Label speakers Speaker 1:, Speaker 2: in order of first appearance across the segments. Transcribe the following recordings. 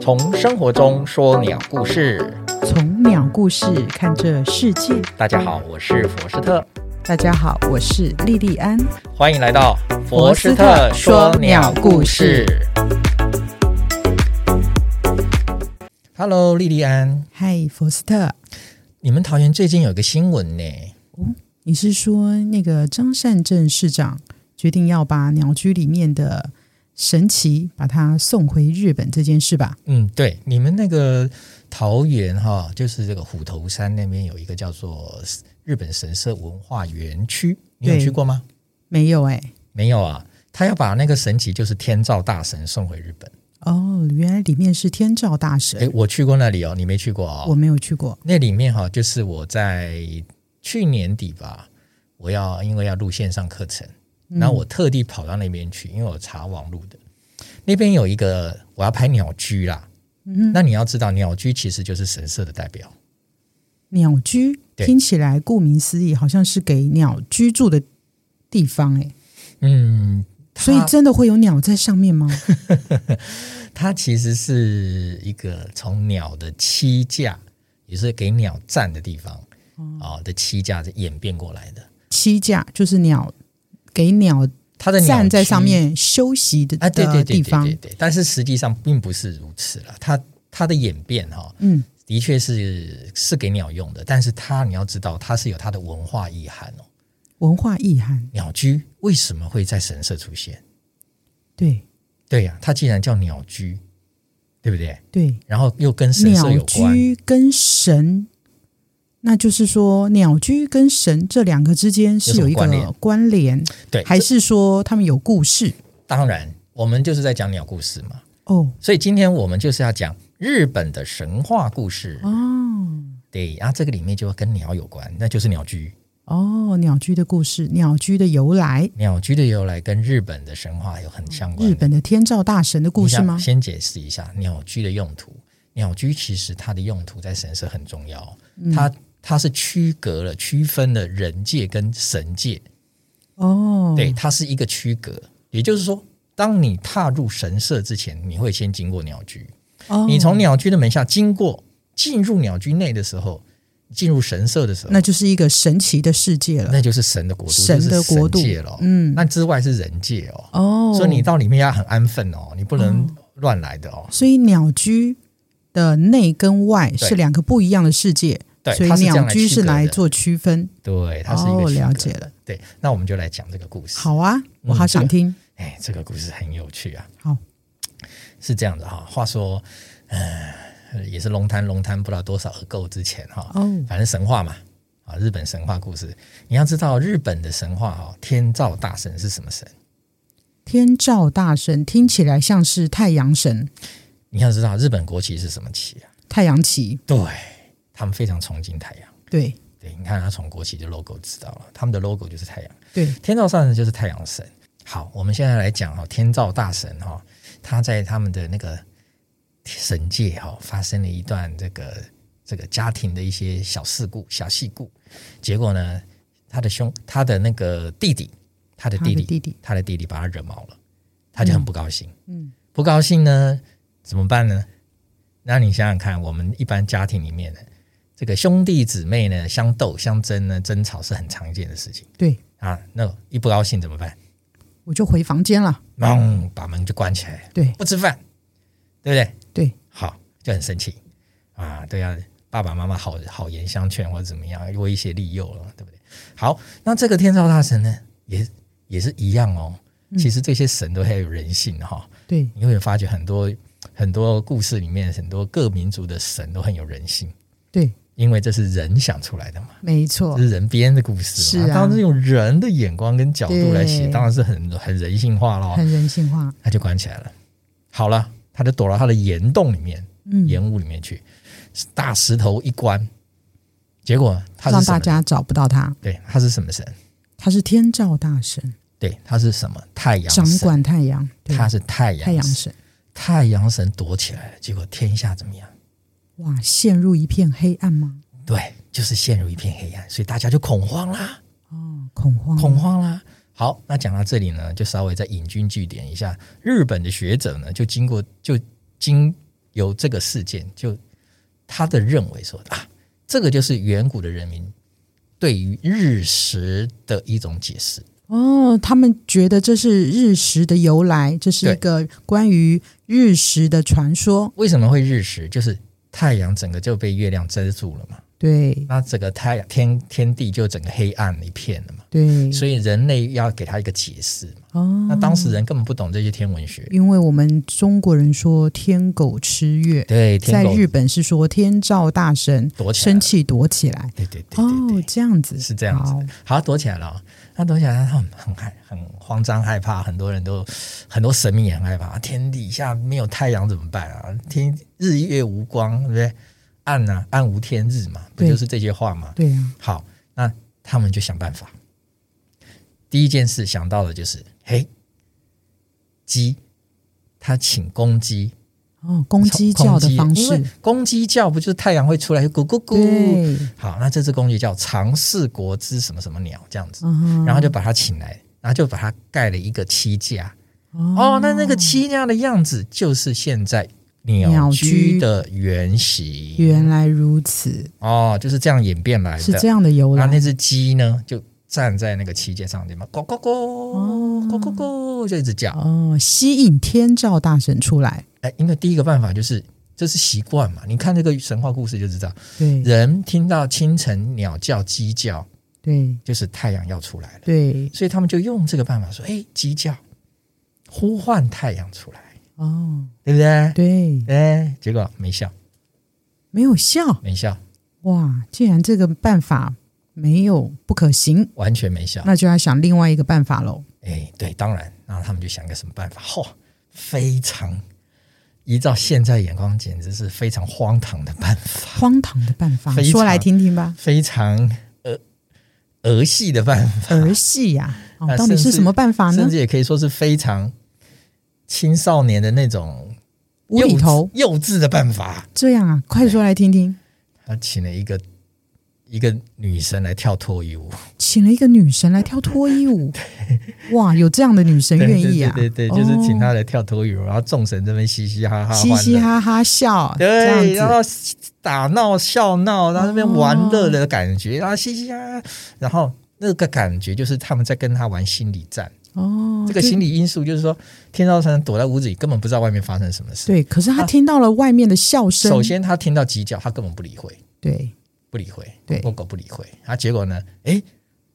Speaker 1: 从生活中说鸟故事。
Speaker 2: 从鸟故事看这世界。
Speaker 1: 大家好，我是佛斯特，
Speaker 2: 大家好，我是莉莉安。
Speaker 1: 欢迎来到
Speaker 2: 佛斯特说鸟故事。
Speaker 1: Hello，莉莉安，
Speaker 2: 嗨，佛斯特，
Speaker 1: 你们桃园最近有个新闻呢，
Speaker 2: 你是说那个张善政市长决定要把鸟居里面的神奇把它送回日本这件事吧？
Speaker 1: 嗯，对，你们那个桃园哈，就是这个虎头山那边有一个叫做日本神社文化园区，你有
Speaker 2: 对
Speaker 1: 去过吗？
Speaker 2: 没有哎、
Speaker 1: 没有啊，他要把那个神奇就是天照大神送回日本。
Speaker 2: 哦，原来里面是天照大神，
Speaker 1: 诶，我去过那里哦，你没去过哦。
Speaker 2: 我没有去过。
Speaker 1: 那里面哈，就是我在去年底吧，我要因为要录线上课程，然
Speaker 2: 嗯
Speaker 1: 后我特地跑到那边去，因为我查网路的，那边有一个我要拍鸟居啦。
Speaker 2: 嗯，
Speaker 1: 那你要知道，鸟居其实就是神社的代表。
Speaker 2: 鸟居
Speaker 1: 对
Speaker 2: 听起来顾名思义，好像是给鸟居住的地方哎、
Speaker 1: 嗯，它
Speaker 2: 所以真的会有鸟在上面吗？
Speaker 1: 它其实是一个从鸟的栖架，也是给鸟站的地方
Speaker 2: 哦
Speaker 1: 啊、的栖架是演变过来的。
Speaker 2: 栖架就是鸟给鸟
Speaker 1: 它的鸟
Speaker 2: 站在
Speaker 1: 居
Speaker 2: 上面休息的
Speaker 1: 啊，对对对
Speaker 2: 的地
Speaker 1: 对对
Speaker 2: 方。
Speaker 1: 对，但是实际上并不是如此了。它它的演变哈、
Speaker 2: 嗯，
Speaker 1: 的确是是给鸟用的，但是它你要知道，它是有它的文化意涵哦。
Speaker 2: 文化意涵，
Speaker 1: 鸟居为什么会在神社出现？
Speaker 2: 对
Speaker 1: 对呀、它既然叫鸟居，对不对？
Speaker 2: 对，
Speaker 1: 然后又跟神社
Speaker 2: 鸟
Speaker 1: 有关，
Speaker 2: 居跟神，那就是说鸟居跟神这两个之间是有一
Speaker 1: 有什么
Speaker 2: 个关联，
Speaker 1: 对，
Speaker 2: 还
Speaker 1: 这
Speaker 2: 是说他们有故事？
Speaker 1: 当然，我们就是在讲鸟故事嘛。
Speaker 2: 哦
Speaker 1: 所以今天我们就是要讲日本的神话故事，
Speaker 2: 哦
Speaker 1: 对，然、后这个里面就跟鸟有关，那就是鸟居。
Speaker 2: 哦，鸟居的故事，鸟居的由来，
Speaker 1: 鸟居的由来跟日本的神话有很相关
Speaker 2: 日
Speaker 1: 的。
Speaker 2: 本的天照大神的故事
Speaker 1: 你想
Speaker 2: 吗？
Speaker 1: 先解释一下鸟居的用途。鸟居其实它的用途在神社很重要，哦
Speaker 2: 嗯
Speaker 1: 它它是区隔了、区分了人界跟神界，
Speaker 2: 哦，
Speaker 1: 对，它是一个区隔。也就是说，当你踏入神社之前，你会先经过鸟居。
Speaker 2: 哦，
Speaker 1: 你从鸟居的门下经过，进入鸟居内的时候，进入神社的时候，
Speaker 2: 那就是一个神奇的世界了。
Speaker 1: 那就是神的国度，
Speaker 2: 神的国
Speaker 1: 就
Speaker 2: 度
Speaker 1: 是神界了。
Speaker 2: 嗯，
Speaker 1: 那之外是人界哦。
Speaker 2: 哦，
Speaker 1: 所以你到里面要很安分哦，你不能乱来的哦。
Speaker 2: 所以鸟居的内跟外
Speaker 1: 对
Speaker 2: 是两个不一样的世界，
Speaker 1: 对，
Speaker 2: 所以
Speaker 1: 它是这样
Speaker 2: 鸟居
Speaker 1: 区
Speaker 2: 是
Speaker 1: 隔
Speaker 2: 来
Speaker 1: 的，
Speaker 2: 做区分。
Speaker 1: 对，它是一个
Speaker 2: 哦，
Speaker 1: 区隔
Speaker 2: 了解。了。
Speaker 1: 对，那我们就来讲这个故事。，
Speaker 2: 好啊，我好想听。
Speaker 1: 哎，这个故事很有趣啊。
Speaker 2: 好，
Speaker 1: 是这样的哈、话说，呃，也是龙潭龙潭不知道多少个够之前哈、
Speaker 2: 哦，
Speaker 1: 反正神话嘛，啊，日本神话故事。你要知道，日本的神话哈、天照大神是什么神？
Speaker 2: 天照大神听起来像是太阳神、
Speaker 1: 你要知道，日本国旗是什么旗啊？
Speaker 2: 太阳旗，
Speaker 1: 对，他们非常崇敬太阳。
Speaker 2: 对
Speaker 1: 对，你看他从国旗的 logo 知道了，他们的 logo 就是太阳。
Speaker 2: 对，
Speaker 1: 天照大神就是太阳神。好，我们现在来讲哈，天照大神哈，他在他们的那个神界哈，发生了一段这个这个家庭的一些小事故、小细故，结果呢，他的兄、他的那个弟弟、他的
Speaker 2: 他
Speaker 1: 弟
Speaker 2: 的
Speaker 1: 弟、
Speaker 2: 弟弟，
Speaker 1: 他的弟弟把他惹毛了，他就很不高兴。
Speaker 2: 嗯，
Speaker 1: 不高兴呢，怎么办呢？那你想想看，我们一般家庭里面呢，这个兄弟姊妹呢相斗相争呢，争吵是很常见的事情
Speaker 2: 对，
Speaker 1: 啊。那一不高兴怎么办？
Speaker 2: 我就回房间了。
Speaker 1: 忙把门就关起来，
Speaker 2: 嗯对
Speaker 1: 不吃饭，对不对？
Speaker 2: 对，
Speaker 1: 好，就很生气啊，对啊，爸爸妈妈好好言相劝或者怎么样，威胁利诱了，对不对？好，那这个天照大神呢，也也是一样哦。其实这些神都还有人性哈、
Speaker 2: 对，
Speaker 1: 你会发觉很多很多故事里面，很多各民族的神都很有人性，
Speaker 2: 对，
Speaker 1: 因为这是人想出来的嘛，
Speaker 2: 没错
Speaker 1: 这，是人编的故事嘛。
Speaker 2: 是啊
Speaker 1: 当然是用人的眼光跟角度来写，
Speaker 2: 对
Speaker 1: 当然是很很人性化咯。
Speaker 2: 很人性化。
Speaker 1: 他就关起来了。好了，他就躲到他的岩洞里面、
Speaker 2: 嗯，
Speaker 1: 岩屋里面去，大石头一关，结果他是
Speaker 2: 让
Speaker 1: 什么
Speaker 2: 大家找不到他，
Speaker 1: 对他是什么神？
Speaker 2: 他是天照大神，
Speaker 1: 对，他是什么太阳
Speaker 2: 掌
Speaker 1: 神？
Speaker 2: 管太阳，对，
Speaker 1: 他是太阳
Speaker 2: 太阳
Speaker 1: 神
Speaker 2: 神。
Speaker 1: 太阳神躲起来了，结果天下怎么样？
Speaker 2: 哇，陷入一片黑暗吗？
Speaker 1: 对，就是陷入一片黑暗，所以大家就恐慌啦，
Speaker 2: 哦，恐慌，
Speaker 1: 恐慌啦。好，那讲到这里呢，就稍微再引经据典一下，日本的学者呢，就经过就经有这个事件，就他的认为说啊，这个就是远古的人民对于日食的一种解释。
Speaker 2: 哦，他们觉得这是日食的由来，这是一个关于日食的传说。
Speaker 1: 为什么会日食？就是太阳整个就被月亮遮住了嘛，
Speaker 2: 对
Speaker 1: 那整个太阳天天地就整个黑暗一片了嘛，
Speaker 2: 对，
Speaker 1: 所以人类要给他一个解释嘛。
Speaker 2: 哦，
Speaker 1: 那当时人根本不懂这些天文学，
Speaker 2: 因为我们中国人说天狗吃月，
Speaker 1: 对，天
Speaker 2: 在
Speaker 1: 狗
Speaker 2: 日本是说天照大神
Speaker 1: 躲起来
Speaker 2: 生
Speaker 1: 了，
Speaker 2: 气躲起来。
Speaker 1: 对对对对对
Speaker 2: 哦，，这样子
Speaker 1: 是这样子
Speaker 2: 好
Speaker 1: 的。好，躲起来了、哦。那躲起来，他很很害，很慌张害怕，很多人都很多神明也很害怕。天底下没有太阳怎么办啊？天日月无光，对不对？啊暗啊，暗无天日嘛，不
Speaker 2: 对
Speaker 1: 就是这些话嘛？
Speaker 2: 对啊呀、
Speaker 1: 好，那他们就想办法。第一件事想到的就是，嘿，鸡，他请公鸡，
Speaker 2: 哦，公鸡叫的方
Speaker 1: 因为
Speaker 2: 式，
Speaker 1: 公鸡叫不就是太阳会出来咕咕咕？
Speaker 2: 对，
Speaker 1: 好，那这只公鸡叫长氏国之什么什么鸟这样子。
Speaker 2: 嗯哼，
Speaker 1: 然后就把他请来，然后就把他盖了一个栖架。
Speaker 2: 哦
Speaker 1: 哦，那那个栖架的样子就是现在鸟
Speaker 2: 鸟
Speaker 1: 居
Speaker 2: 居
Speaker 1: 的原型。
Speaker 2: 原来如此，
Speaker 1: 哦，就是这样演变来的。
Speaker 2: 是这样的由
Speaker 1: 然
Speaker 2: 来
Speaker 1: 后那只鸡呢，就站在那个栖架上面嘛，咕咕咕，咕咕咕，就一直叫。
Speaker 2: 哦，吸引天照大神出来，
Speaker 1: 哎，因为第一个办法就是。这是习惯嘛？你看这个神话故事就知道，
Speaker 2: 对
Speaker 1: 人听到清晨鸟叫、鸡叫，
Speaker 2: 对
Speaker 1: 就是太阳要出来了。
Speaker 2: 对，
Speaker 1: 所以他们就用这个办法说：“哎，鸡叫，呼唤太阳出来，
Speaker 2: 哦，
Speaker 1: 对不对？”
Speaker 2: 对，
Speaker 1: 哎，结果没效，
Speaker 2: 没有效
Speaker 1: 没效，
Speaker 2: 哇！既然这个办法没有不可行，
Speaker 1: 完全没效。
Speaker 2: 那就要想另外一个办法喽。
Speaker 1: 哎，对，当然，然后他们就想个什么办法？嚯、非常依照现在眼光，简直是非常荒唐的办法，
Speaker 2: 荒唐的办法，
Speaker 1: 非常
Speaker 2: 说来听听吧。
Speaker 1: 非常呃儿戏的办法，
Speaker 2: 儿戏呀、
Speaker 1: 那
Speaker 2: 哦，到底
Speaker 1: 哎甚
Speaker 2: 是
Speaker 1: 至
Speaker 2: 什么办法
Speaker 1: 甚
Speaker 2: 呢？
Speaker 1: 至也可以说是非常青少年的那种
Speaker 2: 无
Speaker 1: 幼
Speaker 2: 厘
Speaker 1: 稚
Speaker 2: 头，
Speaker 1: 幼稚的办法。
Speaker 2: 这样啊，快说来听听。
Speaker 1: 他请了一个一个女生来跳脱衣舞，
Speaker 2: 请了一个女神来跳脱衣舞，哇，有这样的女神愿意啊？
Speaker 1: 对对对对，就是请
Speaker 2: 哦
Speaker 1: 她来跳脱衣舞，然后众神这边嘻嘻哈哈，
Speaker 2: 嘻嘻
Speaker 1: 欢乐
Speaker 2: 哈哈笑，这样
Speaker 1: 对，然哦
Speaker 2: 子哦
Speaker 1: 后打闹笑闹，然后那边玩乐的感觉，然后嘻嘻哈哈，然后那个感觉就是他们在跟他玩心理战。
Speaker 2: 哦，
Speaker 1: 这个
Speaker 2: 就
Speaker 1: 心理因素就是说，天照神躲在屋子里根本不知道外面发生什么事。
Speaker 2: 对，可是他
Speaker 1: 啊
Speaker 2: 听到了外面的笑声，
Speaker 1: 首先他听到鸡叫，他根本不理会，
Speaker 2: 对
Speaker 1: 不理会，
Speaker 2: 对
Speaker 1: 狗狗不理会。啊，结果呢，诶，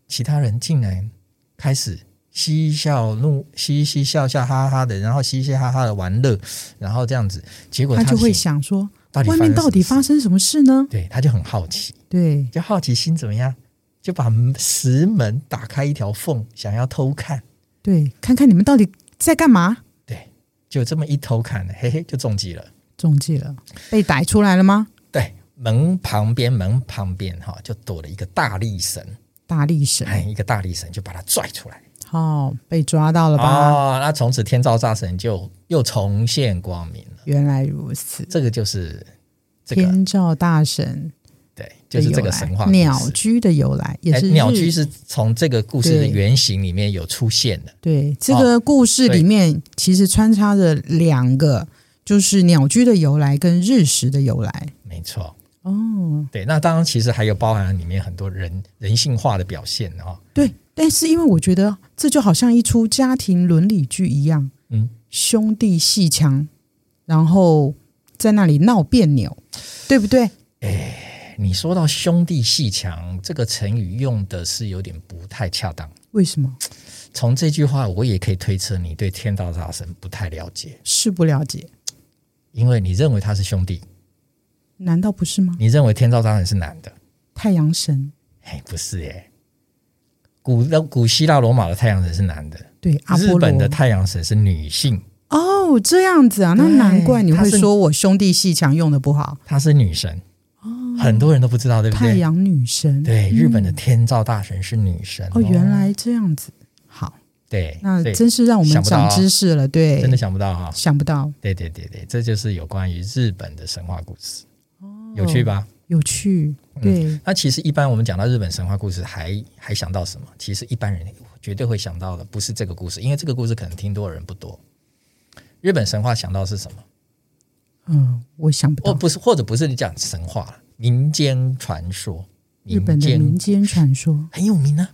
Speaker 1: 其他人竟然开始。嬉笑怒，嘻嘻笑笑哈哈的，然后嘻嘻哈哈的玩乐，然后这样子，结果
Speaker 2: 他就会
Speaker 1: 想，
Speaker 2: 想说，
Speaker 1: 到底
Speaker 2: 外
Speaker 1: 发
Speaker 2: 面
Speaker 1: 生
Speaker 2: 到底
Speaker 1: 什么
Speaker 2: 发生什么事呢
Speaker 1: 事？对，他就很好奇，
Speaker 2: 对，
Speaker 1: 就好奇心怎么样，就把石门打开一条缝，想要偷看。
Speaker 2: 对，看看你们到底在干嘛？
Speaker 1: 对，就这么一偷看，嘿嘿，就中计了。
Speaker 2: 中计了，被逮出来了吗？
Speaker 1: 对，门旁边，门旁边哈，就躲了一个大力神，
Speaker 2: 大力神，
Speaker 1: 哎，一个大力神就把他拽出来。
Speaker 2: 哦，被抓到了吧？
Speaker 1: 哦，那从此天照大神就又重现光明了。
Speaker 2: 原来如此，
Speaker 1: 这个就是这个，
Speaker 2: 天照大神
Speaker 1: 对，
Speaker 2: 的
Speaker 1: 就是这个
Speaker 2: 由来
Speaker 1: 神话故事
Speaker 2: 鸟。居的由来，也
Speaker 1: 哎
Speaker 2: 是
Speaker 1: 鸟
Speaker 2: 日
Speaker 1: 居是从这个故事的
Speaker 2: 对
Speaker 1: 原型里面有出现的，
Speaker 2: 对，这个故事
Speaker 1: 哦
Speaker 2: 里面其实穿插着两个，就是鸟居的由来跟日食的由来。
Speaker 1: 没错。
Speaker 2: 哦，
Speaker 1: 对，那当然，其实还有包含了里面很多人人性化的表现哦。
Speaker 2: 对，但是因为我觉得这就好像一出家庭伦理剧一样，
Speaker 1: 嗯，
Speaker 2: 兄弟戏强，然后在那里闹别扭，对不对？
Speaker 1: 你说到“兄弟戏强”这个成语，用的是有点不太恰当。
Speaker 2: 为什么？
Speaker 1: 从这句话，我也可以推测你对天道大神不太了解，
Speaker 2: 是不了解，
Speaker 1: 因为你认为他是兄弟，
Speaker 2: 难道不是吗？
Speaker 1: 你认为天道大神是男的。
Speaker 2: 太阳神
Speaker 1: 哎，不是耶，古古希腊罗马的太阳神是男的，
Speaker 2: 对阿
Speaker 1: 日
Speaker 2: 波罗
Speaker 1: 本的太阳神是女性，
Speaker 2: 哦，这样子啊，那
Speaker 1: 对
Speaker 2: 难怪你
Speaker 1: 他
Speaker 2: 会
Speaker 1: 是
Speaker 2: 说我兄弟戏强用的不好，
Speaker 1: 她是女神。很多人都不知道，对不
Speaker 2: 哦太
Speaker 1: 对？
Speaker 2: 阳女神
Speaker 1: 对，日本的天照大神是女神
Speaker 2: 哦，原来这样子。好，
Speaker 1: 对，
Speaker 2: 那
Speaker 1: 对
Speaker 2: 真是让我们长知识了，对，
Speaker 1: 啊真的想不到哈、
Speaker 2: 想不到，
Speaker 1: 对对对对，这就是有关于日本的神话故事，
Speaker 2: 哦
Speaker 1: 有趣吧？
Speaker 2: 有趣，
Speaker 1: 嗯
Speaker 2: 对，
Speaker 1: 那其实一般我们讲到日本神话故事还，还想到什么？其实一般人绝对会想到的不是这个故事，因为这个故事可能听多的人不多。日本神话想到是什么？
Speaker 2: 嗯，我想不
Speaker 1: 或
Speaker 2: 到
Speaker 1: 哦不是，或者不是你讲神话，民间传说，
Speaker 2: 日本的民间传说，
Speaker 1: 很有名啊，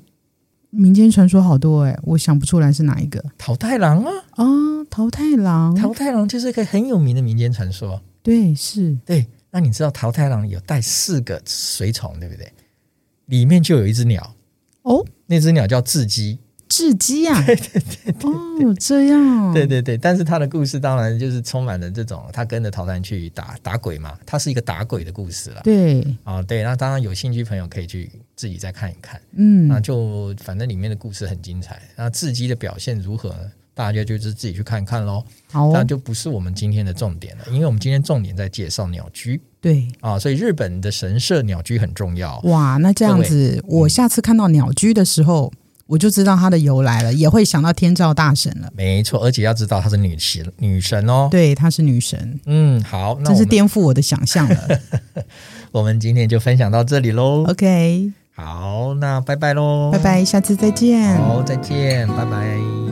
Speaker 2: 民间传说好多哎、我想不出来是哪一个
Speaker 1: 桃太郎啊，
Speaker 2: 啊。桃太郎，
Speaker 1: 桃太郎就是一个很有名的民间传说。
Speaker 2: 对，是
Speaker 1: 对，那你知道桃太郎有带四个随从，对不对？里面就有一只鸟，
Speaker 2: 哦，
Speaker 1: 那只鸟叫雉鸡。
Speaker 2: 雉鸡 啊，哦，这样，
Speaker 1: 对对对，但是他的故事当然就是充满了这种，他跟着桃太郎去打打鬼嘛，它是一个打鬼的故事了。
Speaker 2: 对，
Speaker 1: 啊、对，那当然有兴趣朋友可以去自己再看一看。那
Speaker 2: 嗯，就
Speaker 1: 就反正里面的故事很精彩。那雉鸡的表现如何呢？大家就是自己去看看喽。
Speaker 2: 好哦、
Speaker 1: 那就不是我们今天的重点了，因为我们今天重点在介绍鸟居
Speaker 2: 对，
Speaker 1: 啊，所以日本的神社鸟居很重要。
Speaker 2: 哇，那这样
Speaker 1: 各
Speaker 2: 子，我下次看到鸟居的时候，我就知道它的由来了，也会想到天照大神了。
Speaker 1: 没错，而且要知道她是女神，女神哦。
Speaker 2: 对，她是女神，
Speaker 1: 嗯，好，那
Speaker 2: 真
Speaker 1: 我
Speaker 2: 是
Speaker 1: 们
Speaker 2: 颠覆我的想象 了。
Speaker 1: 我们今天就分享到这里喽。
Speaker 2: OK，
Speaker 1: 好，那拜拜喽，
Speaker 2: 拜，拜，下次再见。
Speaker 1: 好，再见，拜拜。